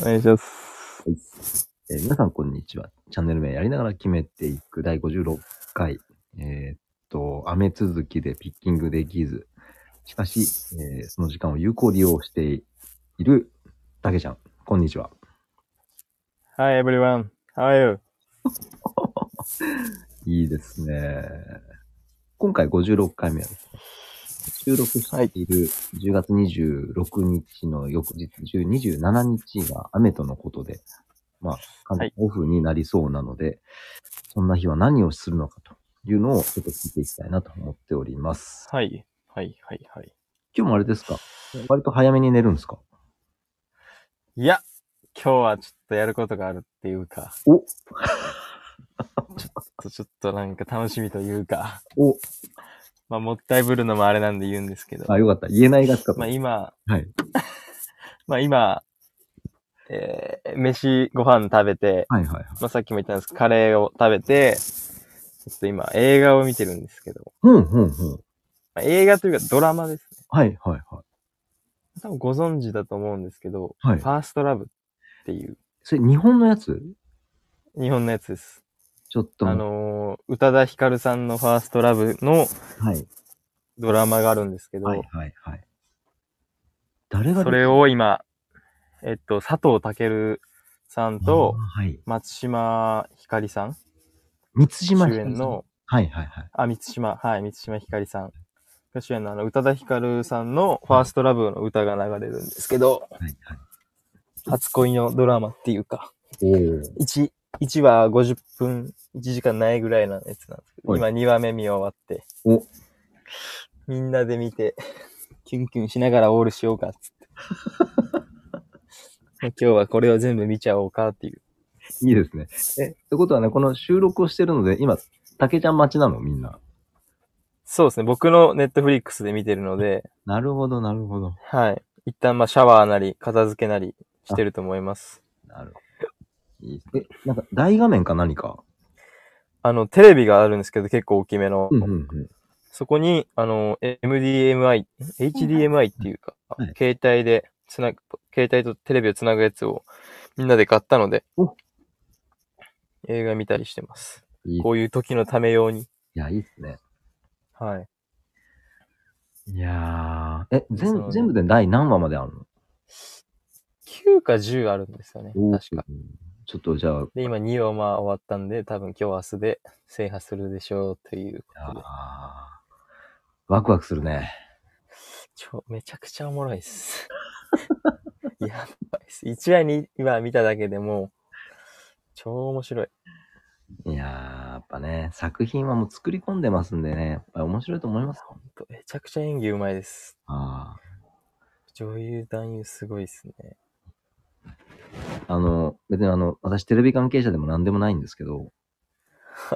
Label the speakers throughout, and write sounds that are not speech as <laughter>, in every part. Speaker 1: お願いします。
Speaker 2: えー皆さん、こんにちは。チャンネル名やりながら決めていく第56回。えーっと、雨続きでピッキングできず、しかし、えーその時間を有効利用している、たけちゃん、こんにちは。
Speaker 1: Hi everyone, how are you?
Speaker 2: いいですね。今回56回目なんです。収録している10月26日の翌日、10 27日が雨とのことで、まあ、完全オフになりそうなので、そんな日は何をするのかというのをちょっと聞いていきたいなと思っております。
Speaker 1: はい、はい、はい、はい。
Speaker 2: 今日もあれですか割と早めに寝るんですか
Speaker 1: いや、今日はちょっとやることがあるっていうか、
Speaker 2: お
Speaker 1: ちょっとなんか楽しみというか、
Speaker 2: お
Speaker 1: まあもったいぶるのもあれなんで言うんですけど、
Speaker 2: あ、よかった。言えないがつかと
Speaker 1: まあ今、
Speaker 2: はい。
Speaker 1: <laughs> まあ今、えー、飯ご飯食べて、
Speaker 2: はいはいはい。
Speaker 1: まあさっきも言ったんですけど、カレーを食べて、ちょっと今映画を見てるんですけど、
Speaker 2: ほんほんほん。
Speaker 1: まあ、映画というかドラマですね。
Speaker 2: はいはいはい。
Speaker 1: 多分ご存知だと思うんですけど、
Speaker 2: はい
Speaker 1: ファーストラブっていう
Speaker 2: それ日本のやつ
Speaker 1: 日本のやつです。
Speaker 2: ちょっと。
Speaker 1: あ、のー、宇多田ヒカルさんのファーストラブの
Speaker 2: はい。
Speaker 1: ドラマがあるんですけど、
Speaker 2: はいはいはい。誰が
Speaker 1: それを今、えっと、佐藤健さんと
Speaker 2: あーはい。
Speaker 1: 松島ひかりさん
Speaker 2: 三島
Speaker 1: 主
Speaker 2: ひかりさん
Speaker 1: 演の、
Speaker 2: はいはいはい。
Speaker 1: あ、満島、はい、満島ひかりさんが主演のあの、宇多田ヒカルさんのファーストラブの歌が流れるんですけど、
Speaker 2: はいはい。
Speaker 1: 初恋のドラマっていうか、
Speaker 2: おー
Speaker 1: 1、1話50分、1時間ないぐらいのやつなんですけど、
Speaker 2: はい
Speaker 1: 今2話目見終わって、
Speaker 2: お
Speaker 1: みんなで見て、 <laughs> キュンキュンしながらオールしようかっつっ
Speaker 2: <laughs>
Speaker 1: て。今日はこれを全部見ちゃおうかっていう。
Speaker 2: いいですね。え、ってことはね、この収録をしてるので、今、竹ちゃん待ちなのみんな。
Speaker 1: そうですね。僕のネットフリックスで見てるので、
Speaker 2: なるほど、なるほど。
Speaker 1: はい。一旦まあシャワーなり、片付けなりしてると思います。
Speaker 2: なるほど。いいえ、なんか大画面か何か
Speaker 1: あの、テレビがあるんですけど、結構大きめの。
Speaker 2: んうん。
Speaker 1: そこに、あの、MDMI、ん HDMI っていうか、
Speaker 2: はい
Speaker 1: 携帯で、つなぐ、携帯とテレビをつなぐやつをみんなで買ったので
Speaker 2: お、
Speaker 1: 映画見たりしてます。
Speaker 2: いいい
Speaker 1: こういう時のため用に。
Speaker 2: や、いいですね。
Speaker 1: はい。
Speaker 2: いやー。え、
Speaker 1: そう
Speaker 2: 全
Speaker 1: ね
Speaker 2: 全部で第何話まであるの
Speaker 1: 9か10あるんですよね。
Speaker 2: おー
Speaker 1: 確か。
Speaker 2: ちょっとじゃあ、
Speaker 1: で、今2話まあ終わったんで、多分今日明日で制覇するでしょうということで。
Speaker 2: あーワクワクするね。
Speaker 1: ちょ、めちゃくちゃおもろいっす。 <laughs> やばいっす。1話に今見ただけでもう、超面白い。
Speaker 2: いやー、やっぱね、作品はもう作り込んでますんでね、やっぱり面白いと思いますよ。
Speaker 1: ほんとめちゃくちゃ演技うまいです。
Speaker 2: あ
Speaker 1: 女優、男優すごいですね。
Speaker 2: ーあの、別にあの、私テレビ関係者でも何でもないんですけど、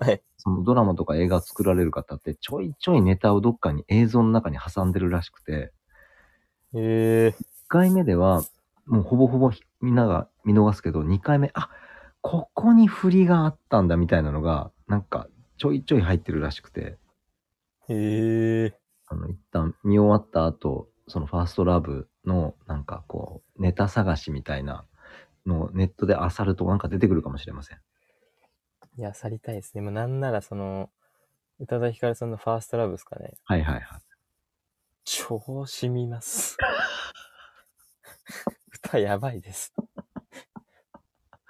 Speaker 1: はい。
Speaker 2: そのドラマとか映画作られる方ってちょいちょいネタをどっかに映像の中に挟んでるらしくて、
Speaker 1: ええ
Speaker 2: 1回目ではもうほぼほぼひみんなが見逃すけど、2回目、あここに振りがあったんだみたいなのが、なんかちょいちょい入ってるらしくて、
Speaker 1: ええ
Speaker 2: あの、一旦見終わった後、そのファーストラブの、なんかこう、ネタ探しみたいなのをネットで漁るとなんか出てくるかもしれません。
Speaker 1: いや、去りたいですね。もうなんならその、宇多田ヒカルさんのファーストラブですかね。
Speaker 2: はいはいはい。
Speaker 1: 超染みます。 <laughs> 歌やばいです。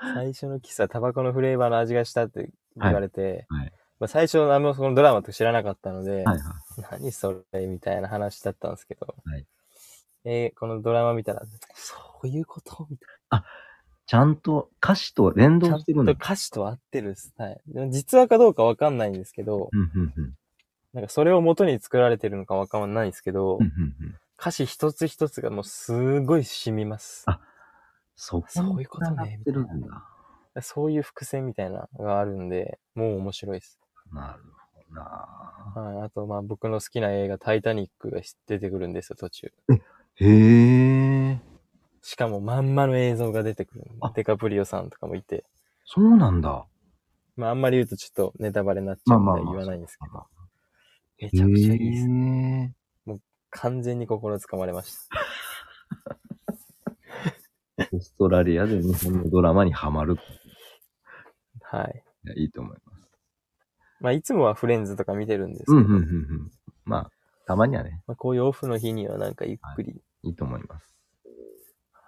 Speaker 1: 最初のキスはタバコのフレーバーの味がしたって言われて、
Speaker 2: はいはい
Speaker 1: まあ、最初のあんまそのドラマとか知らなかったので、
Speaker 2: はいは
Speaker 1: 何それみたいな話だったんですけど、
Speaker 2: はい
Speaker 1: えーこのドラマ見たら、そういうことみたいな。
Speaker 2: ちゃんと歌詞と連
Speaker 1: ちゃ
Speaker 2: 動
Speaker 1: ん
Speaker 2: し
Speaker 1: と
Speaker 2: てるんだ。
Speaker 1: 歌詞と合ってるっす。はい。でも実話かどうかわかんないんですけど、
Speaker 2: うんうんうん。
Speaker 1: なんかそれを元に作られてるのかわかんないんですけど
Speaker 2: うん、うんうん。
Speaker 1: 歌詞一つ一つがもうすごい染みます
Speaker 2: あ。そこ
Speaker 1: そういうことね
Speaker 2: 繋がってるんだ。
Speaker 1: そういう伏線みたいなのがあるんで、もう面白いです。
Speaker 2: なるほどな。
Speaker 1: はい。あと、まあ僕の好きな映画、タイタニックが出てくるんですよ、途中。
Speaker 2: へえ。
Speaker 1: しかもまんまの映像が出てくるんで
Speaker 2: あ。
Speaker 1: デカプリオさんとかもいて。
Speaker 2: そうなんだ。
Speaker 1: まああんまり言うとちょっとネタバレになっちゃうん
Speaker 2: まあ
Speaker 1: で
Speaker 2: まあまあ
Speaker 1: 言わないんですけど。め
Speaker 2: め
Speaker 1: ちゃくちゃいいです。
Speaker 2: ね。
Speaker 1: 完全に心つかまれました。
Speaker 2: オーストラリアで日本のドラマにハマる。
Speaker 1: はい。
Speaker 2: いやいいと思います。
Speaker 1: まあ、いつもはフレンズとか見てるんですけ
Speaker 2: う
Speaker 1: ど、
Speaker 2: ん、うん、うん、うん。まあ、たまにはね、
Speaker 1: まあ、こういうオフの日にはなんかゆっくり、
Speaker 2: いいと思います。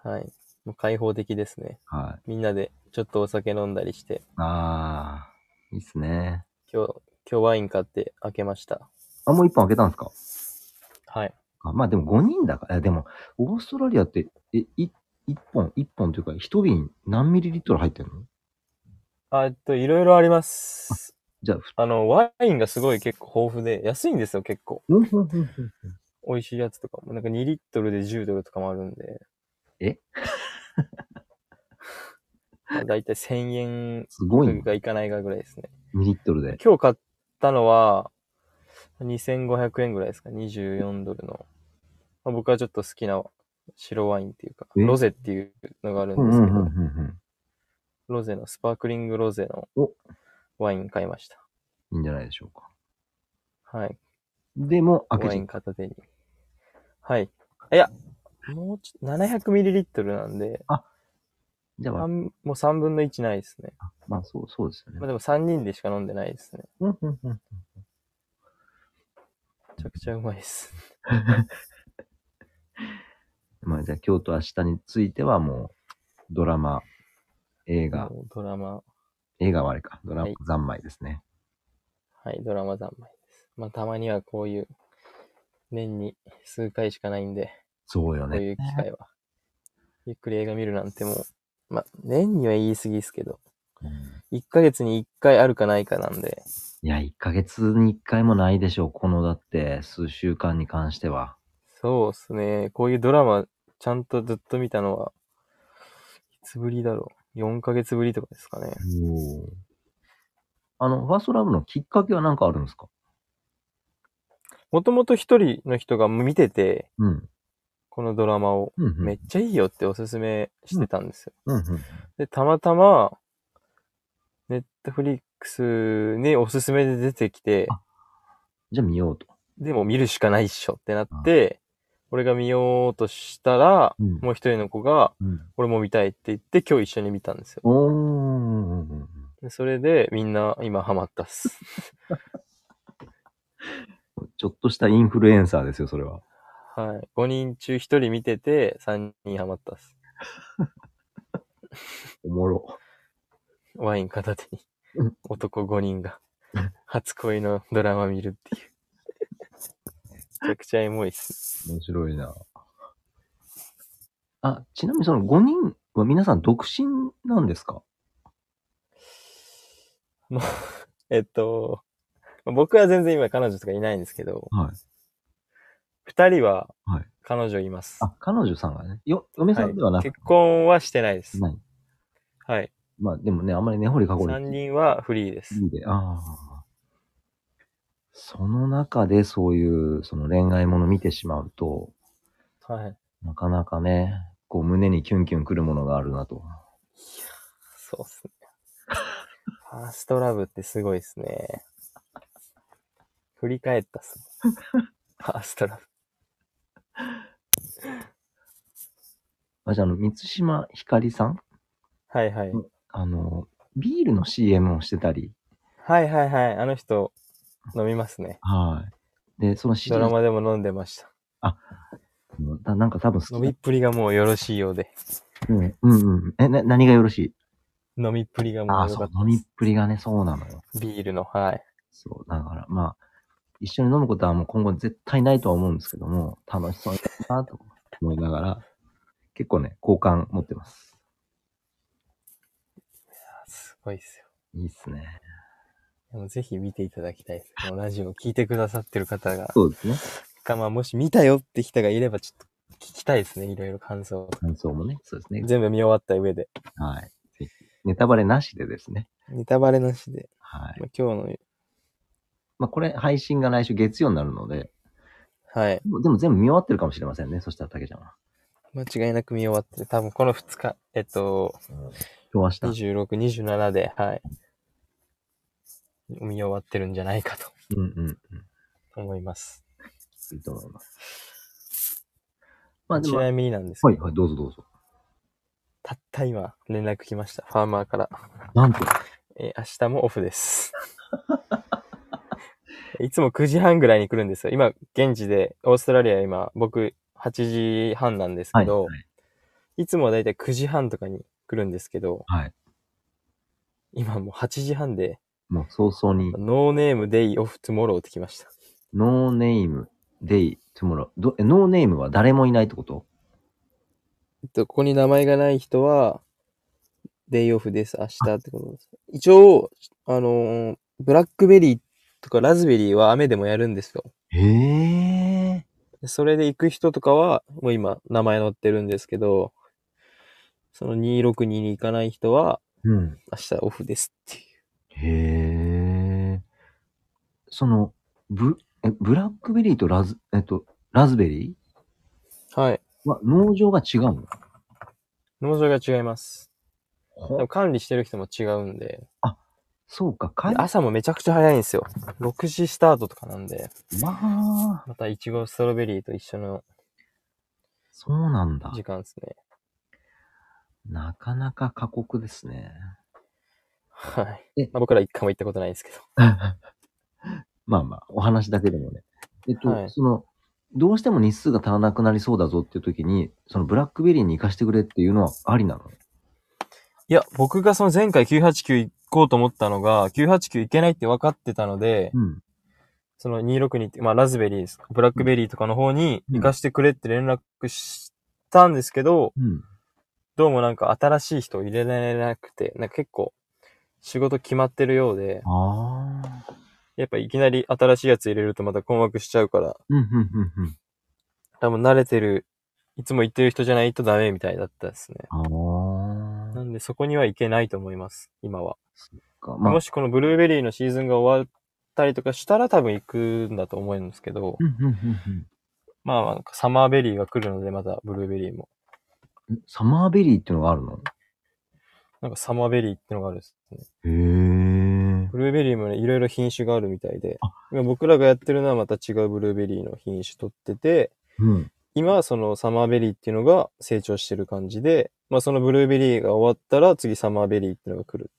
Speaker 1: はい。もう開放的ですね。
Speaker 2: は
Speaker 1: みんなでちょっとお酒飲んだりして
Speaker 2: い。、あー、いいっすね。
Speaker 1: 今日、今日ワイン買って開けました。
Speaker 2: あ、もう一本開けたんですか
Speaker 1: はい。
Speaker 2: あまあでも5人だから、えでも、オーストラリアって、え、い一本、一本というか、一瓶何ミリリットル入ってるの
Speaker 1: あえっと、いろいろあります。
Speaker 2: じゃあ、ふ
Speaker 1: あの、ワインがすごい結構豊富で、安いんですよ、結構。
Speaker 2: うんうんうんうん
Speaker 1: 美味しいやつとかも。なんか2リットルで10ドルとかもあるんで。
Speaker 2: え
Speaker 1: まあだいたい1000円
Speaker 2: すごいね、
Speaker 1: がいかないかぐらいですね。
Speaker 2: 2リットルで。
Speaker 1: 今日買ったのは、2500円ぐらいですか。24ドルの。まあ僕はちょっと好きな白ワインっていうか、
Speaker 2: え
Speaker 1: ロゼっていうのがある
Speaker 2: うんん
Speaker 1: です
Speaker 2: うん
Speaker 1: け
Speaker 2: うん
Speaker 1: ど、
Speaker 2: うんうん。
Speaker 1: ロゼの、スパークリングロゼの
Speaker 2: お
Speaker 1: ワイン買いました。
Speaker 2: いいんじゃないでしょうか。
Speaker 1: はい。
Speaker 2: でも、開け
Speaker 1: ワ
Speaker 2: ち
Speaker 1: イ
Speaker 2: ゃ
Speaker 1: ン片手に。はい。いや、もうちょっと、700ml なんで、
Speaker 2: じゃあ、
Speaker 1: 半もう3分の1ないですね。
Speaker 2: まあ、そう、そうですよ
Speaker 1: まあ
Speaker 2: ね。
Speaker 1: でも3人でしか飲んでないですね。
Speaker 2: うんうんうん。
Speaker 1: めちゃくちゃうまいです。
Speaker 2: まあ、じゃあ、今日と明日については、もう、ドラマ、映画、
Speaker 1: もうドラマ、
Speaker 2: 映画はあれか、ドラマ
Speaker 1: はい
Speaker 2: 三昧ですね。
Speaker 1: はい、ドラマ三昧です。まあたまにはこういう、年に数回しかないんで、
Speaker 2: そうよ
Speaker 1: こうい
Speaker 2: ね。
Speaker 1: う機会は。ゆっくり映画見るなんてもう、まあ年には言い過ぎですけど、
Speaker 2: うん
Speaker 1: 1ヶ月に1回あるかないかなんで、
Speaker 2: いや、1ヶ月に1回もないでしょう。この、だって、数週間に関しては。
Speaker 1: そうっすね。こういうドラマ、ちゃんとずっと見たのは、いつぶりだろう。4ヶ月ぶりとかですかね。
Speaker 2: あの、ファーストラブのきっかけは何かあるんですか
Speaker 1: もともと一人の人が見てて、
Speaker 2: うん。
Speaker 1: このドラマを、
Speaker 2: うん、うん。
Speaker 1: めっちゃいいよっておすすめしてたんですよ。
Speaker 2: うん、うん。
Speaker 1: で、たまたま、ネットフリックスにおすすめで出てきて、
Speaker 2: あじゃあ見ようと。
Speaker 1: でも見るしかないっしょってなって、俺が見ようとしたら、
Speaker 2: うん
Speaker 1: もう一人の子が、
Speaker 2: うん。
Speaker 1: 俺も見たいって言って、今日一緒に見たんですよ。
Speaker 2: おーうんうんうんうん。
Speaker 1: でそれで、みんな今ハマったっ
Speaker 2: <laughs>
Speaker 1: す。
Speaker 2: ちょっとしたインフルエンサーですよ、それは。
Speaker 1: はい。5人中1人見てて、3人ハマったっす。
Speaker 2: おもろ。
Speaker 1: ワイン片手に
Speaker 2: うん、
Speaker 1: 男5人が、初恋のドラマ見るっていう。めちゃくちゃエモいっす。
Speaker 2: 面白いな。あ、ちなみにその5人は皆さん独身なんですか
Speaker 1: えっと、まあ僕は全然今彼女とかいないんですけど、
Speaker 2: はい。
Speaker 1: 2人は
Speaker 2: はい
Speaker 1: 彼女います。
Speaker 2: あ、彼女さんがね。よ、嫁さ
Speaker 1: はい
Speaker 2: んではなく、
Speaker 1: 結婚はしてないです。
Speaker 2: ない。
Speaker 1: はい。
Speaker 2: まあでもね、あんまりね、掘りかごり。
Speaker 1: 3人はフリーです。
Speaker 2: いいで、ああ。その中でそういう、その恋愛もの見てしまうと、
Speaker 1: はい。
Speaker 2: なかなかね、こう胸にキュンキュンくるものがあるなと。
Speaker 1: そうっすね。ファーストラブってすごいっす
Speaker 2: <laughs>
Speaker 1: ね。振り返ったっすね。ファーストラブ。
Speaker 2: あ、じゃあ、あの、三島ひかりさん
Speaker 1: はいはい。
Speaker 2: あの、ビールの CM をしてたり。
Speaker 1: はいはいはい。あの人、飲みますね。
Speaker 2: はい。で、そのシ
Speaker 1: ド
Speaker 2: リー
Speaker 1: ラ
Speaker 2: ズ
Speaker 1: マでも飲んでました。
Speaker 2: のだなんか多分好き
Speaker 1: 飲
Speaker 2: な
Speaker 1: みっぷりがもうよろしいようで。
Speaker 2: うんうんうん。え、な、何がよろしい
Speaker 1: 飲みっぷりがも
Speaker 2: あ
Speaker 1: う
Speaker 2: あ、
Speaker 1: よ
Speaker 2: そ
Speaker 1: かっ
Speaker 2: う、
Speaker 1: た
Speaker 2: 飲み
Speaker 1: で
Speaker 2: っぷりがね、そうなのよ。
Speaker 1: す。ビールの、はい。
Speaker 2: そう、だから、まあ、一緒に飲むことはもう今後絶対ないとは思うんですけども、楽しそうだなと思いながら、結構ね、好感持ってます。
Speaker 1: すごいですよ。
Speaker 2: いいっすね。
Speaker 1: でもぜひ見ていただきたいです。もうラジオ聞いてくださってる方が、
Speaker 2: そうですね。
Speaker 1: かまあもし見たよって人がいればちょっと聞きたいですね。いろいろ感想を。
Speaker 2: 感想もね、そうですね。
Speaker 1: 全部見終わった上で。
Speaker 2: はい。ぜひネタバレなしでですね。
Speaker 1: ネタバレなしで。
Speaker 2: はい。
Speaker 1: まあ、今日の、
Speaker 2: まあ、これ、配信が来週月曜になるので、
Speaker 1: はい。
Speaker 2: でもでも全部見終わってるかもしれませんね。そしたら、竹ちゃんは。
Speaker 1: 間違いなく見終わってる、多分この2日、えっと、
Speaker 2: 今日明日。
Speaker 1: 26、27で、はい。見終わってるんじゃないかと
Speaker 2: うんうんうん。
Speaker 1: 思います。
Speaker 2: いいと思います。まあ、で
Speaker 1: ち
Speaker 2: も、
Speaker 1: なみになんですけ
Speaker 2: は
Speaker 1: ど
Speaker 2: いはい、どうぞどうぞ。
Speaker 1: たった今、連絡来ました。ファーマーから。
Speaker 2: なんと、
Speaker 1: えー明日もオフ
Speaker 2: <laughs>
Speaker 1: です。いつも9時半ぐらいに来るんですよ。今、現地で、オーストラリア今、僕、8時半なんです
Speaker 2: は
Speaker 1: け
Speaker 2: い。
Speaker 1: ど、
Speaker 2: はい
Speaker 1: い、つもはだいたい9時半とかに来るんですけど、
Speaker 2: はい。
Speaker 1: 今もう8時半で、
Speaker 2: もう早々に、
Speaker 1: ノーネームデイオフトゥモローって来ました。
Speaker 2: ノーネーム、デイ、トゥモロー。どえノーネームは誰もいないってこと
Speaker 1: えっと、ここに名前がない人は、デイオフです、明日ってことです。一応、あのーブラックベリーとかラズベリーは雨でもやるんですよ。
Speaker 2: へえ。
Speaker 1: でそれで行く人とかは、もう今、名前載ってるんですけど、その262に行かない人は、
Speaker 2: うん。
Speaker 1: 明日オフですっていう。
Speaker 2: へえ。その、ブ、え、ブラックベリーとラズ、えっと、ラズベリ
Speaker 1: はい。
Speaker 2: ーは農場が違うの
Speaker 1: 農場が違います。で
Speaker 2: ほ
Speaker 1: も管理してる人も違うんで、
Speaker 2: そうか、
Speaker 1: で
Speaker 2: かい、ま
Speaker 1: 朝もめちゃくちゃ早いんですよ。6時スタートとかなんで、
Speaker 2: あ、
Speaker 1: またイチゴストロベリーと一緒の
Speaker 2: そうなんだ。
Speaker 1: 時間ですね。
Speaker 2: なかなか過酷ですね。
Speaker 1: はい
Speaker 2: え。
Speaker 1: まあ、僕ら一回も行ったことないんですけど。
Speaker 2: <laughs> まあまあ、お話だけでもね。えっと、
Speaker 1: はい
Speaker 2: その、どうしても日数が足らなくなりそうだぞっていう時に、そのブラックベリーに行かしてくれっていうのはありなの
Speaker 1: いや、僕がその前回989行こうと思ったのが、989行けないって分かってたので、
Speaker 2: うん。
Speaker 1: その262って、まあラズベリーですか、ブラックベリーとかの方に
Speaker 2: うん
Speaker 1: 行かしてくれって連絡したんですけど、
Speaker 2: うん。
Speaker 1: どうもなんか新しい人を入れられなくて、なんか結構仕事決まってるようで、
Speaker 2: ああ。
Speaker 1: やっぱいきなり新しいやつ入れるとまた困惑しちゃうから、
Speaker 2: うん、うん、うん、うん。
Speaker 1: 多分慣れてる、いつも行ってる人じゃないとダメみたいだったですね。
Speaker 2: あ
Speaker 1: な
Speaker 2: あ。
Speaker 1: んでそこには行けないと思います、今は。
Speaker 2: かまあ
Speaker 1: も、しこのブルーベリーのシーズンが終わったりとかしたら多分行くんだと思うんですけど、
Speaker 2: うん、うん、うん、
Speaker 1: まあなんかサマーベリーが来るのでまたブルーベリーも。
Speaker 2: うん。サマーベリーっていうのがあるの
Speaker 1: なんかサマーベリーってのがあるんですね。
Speaker 2: へえ。
Speaker 1: ブルーベリーもね、いろいろ品種があるみたいで
Speaker 2: あ、
Speaker 1: 今僕らがやってるのはまた違うブルーベリーの品種取ってて、
Speaker 2: うん。
Speaker 1: 今はそのサマーベリーっていうのが成長してる感じで、まあそのブルーベリーが終わったら次サマーベリーってのが来る。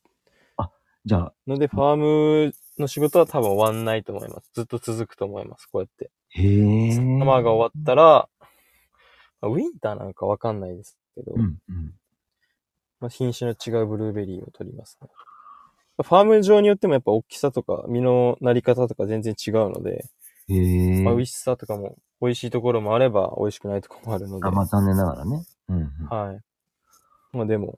Speaker 2: じゃあ、
Speaker 1: ので、ファームの仕事は多分終わんないと思います。ずっと続くと思います。こうやって。
Speaker 2: へえ。サ
Speaker 1: サマーが終わったら、まあウィンターなんかわかんないですけど、
Speaker 2: うん、うん。
Speaker 1: まあ、品種の違うブルーベリーを取りますね。ファーム上によってもやっぱ大きさとか実のなり方とか全然違うので、
Speaker 2: へえ。
Speaker 1: まあ、美味しさとかも美味しいところもあれば美味しくないところもあるので、
Speaker 2: あ、まあ残念ながらね。うん、うん。
Speaker 1: はい。まあでも、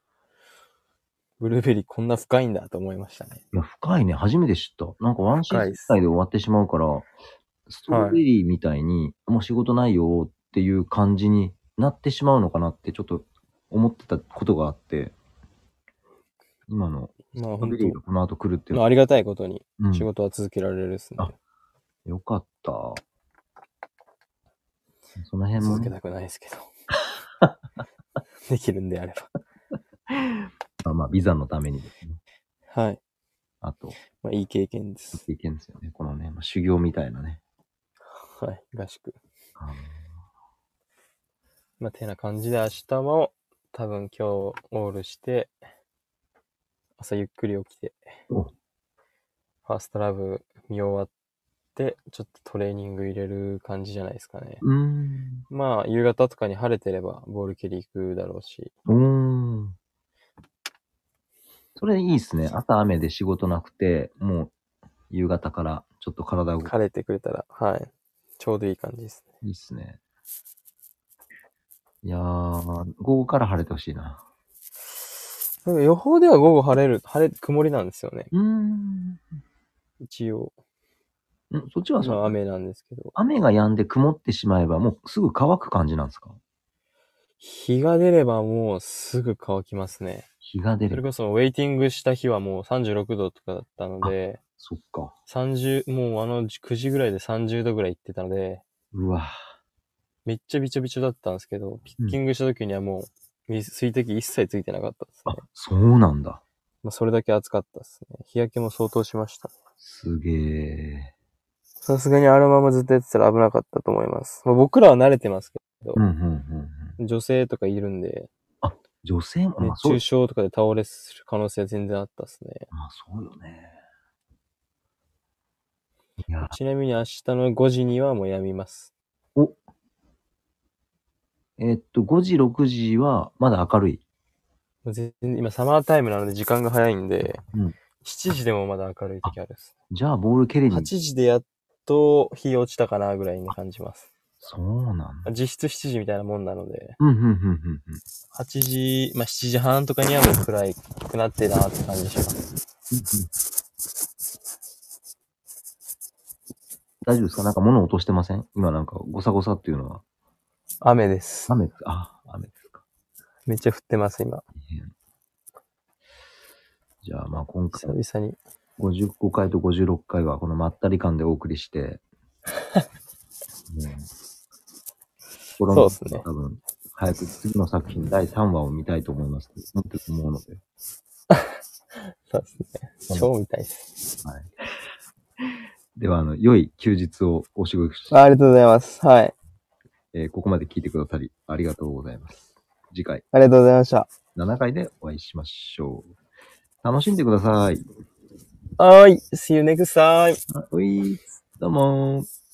Speaker 1: ブルーベリーこんな深いんだと思いましたね。
Speaker 2: いや、深いね。初めて知った。なんかワンシーズ
Speaker 1: 深
Speaker 2: ン
Speaker 1: い
Speaker 2: 一
Speaker 1: っす
Speaker 2: 回で終わってしまうから、ストロベリーみたいに、もう仕事ないよっていう感じになってしまうのかなって、ちょっと思ってたことがあって、今
Speaker 1: まあ
Speaker 2: のストロ
Speaker 1: 本
Speaker 2: ベリーがこの後来るって
Speaker 1: 当、ま
Speaker 2: いうの
Speaker 1: あ、
Speaker 2: は、
Speaker 1: ありがたいことに
Speaker 2: うん
Speaker 1: 仕事は続けられるですね。
Speaker 2: あよかった。その辺も
Speaker 1: 続け
Speaker 2: ね、
Speaker 1: たくないですけど。 <laughs> できるんであれ
Speaker 2: まあ、まあ、ビザのためにですね。
Speaker 1: ば。はい。
Speaker 2: あと、
Speaker 1: まあいい経験で
Speaker 2: やっ
Speaker 1: す。
Speaker 2: ていけんですよね。このね、まあ、修行みたいなね。
Speaker 1: はい。合宿。
Speaker 2: あの
Speaker 1: まあ、てな感じで明日も多分今日オールして、朝ゆっくり起きて、
Speaker 2: お
Speaker 1: ファーストラブ見終わって、ちょっとトレーニング入れる感じじゃないですかね。
Speaker 2: うーん。
Speaker 1: まあ、夕方とかに晴れてればボール蹴り行くだろうし、
Speaker 2: うーん。それいいっすね。朝雨で仕事なくて、もう夕方からちょっと体動く。
Speaker 1: 晴れてくれたら、はい。ちょうどいい感じですね。
Speaker 2: いいっすね。いやー、午後から晴れてほしいな。
Speaker 1: なんか予報では午後晴れる、晴れ、曇りなんですよね。
Speaker 2: うーん。
Speaker 1: 一応。
Speaker 2: んそっちは
Speaker 1: 今
Speaker 2: さ、
Speaker 1: 雨なんですけど。
Speaker 2: 雨が止んで曇ってしまえば、もうすぐ乾く感じなんですか
Speaker 1: 日が出ればもうすぐ乾きますね。
Speaker 2: 日が出
Speaker 1: そ
Speaker 2: る
Speaker 1: れ。こそウェイティングした日はもう36度とかだったので、
Speaker 2: そっか。
Speaker 1: 30、もうあの9時ぐらいで30度ぐらい行ってたので、
Speaker 2: うわ
Speaker 1: めっちゃびちょびちょだったんですけど、ピッキングした時にはもう水水滴一切ついてなかったですね
Speaker 2: あ。、そうなんだ。
Speaker 1: まあ、それだけ暑かったですね。日焼けも相当しました。
Speaker 2: すげえ。
Speaker 1: さすがにあのままずっとやってたら危なかったと思います。まあ、僕らは慣れてますけ
Speaker 2: うんうんうんう
Speaker 1: ど、
Speaker 2: ん。
Speaker 1: 女性とかいるんで、
Speaker 2: 女性も、まあ
Speaker 1: 熱
Speaker 2: そう
Speaker 1: 中、症とかで倒れする可能性は全然あったっすね。
Speaker 2: まあそうよね。いや、
Speaker 1: ちなみに明日の5時にはもうやみます。
Speaker 2: えっと、5時、6時はまだ明るい。
Speaker 1: もう全然今サマータイムなので時間が早いんで、
Speaker 2: うん
Speaker 1: 7時でもまだ明るい時あるっす。
Speaker 2: じゃあ、ボール蹴りに。
Speaker 1: 8時でやっと日落ちたかなぐらいに感じます。
Speaker 2: そうなんだ。
Speaker 1: 実質7時みたいなもんなので、
Speaker 2: うん、うん、うん、うん。うん
Speaker 1: 8時、まあ7時半とかにはもう暗いくなってなって感じします。
Speaker 2: 大丈夫ですかなんか物落としてません今なんかゴサゴサっていうのは。
Speaker 1: 雨です。
Speaker 2: 雨ですあ、雨ですか。
Speaker 1: めっちゃ降ってます、今。
Speaker 2: 大変じゃあまあ今
Speaker 1: 久
Speaker 2: 回
Speaker 1: 々に。
Speaker 2: 55回と56回はこのまったり感でお送
Speaker 1: <laughs>
Speaker 2: りして、ね心の
Speaker 1: そうですね
Speaker 2: 多分、早く次の作品第3話を見たいと思います。本当に思うので。
Speaker 1: そうですね。超みたいです。
Speaker 2: では、あの、良い休日をお仕事し
Speaker 1: あありがとうございます。はい。
Speaker 2: えーここまで聞いてくださりありがとうございます。次回
Speaker 1: ありがとうございました。
Speaker 2: 7回でお会いしましょう。楽しんでください。
Speaker 1: はーい。See you next time.
Speaker 2: はい、どうもー。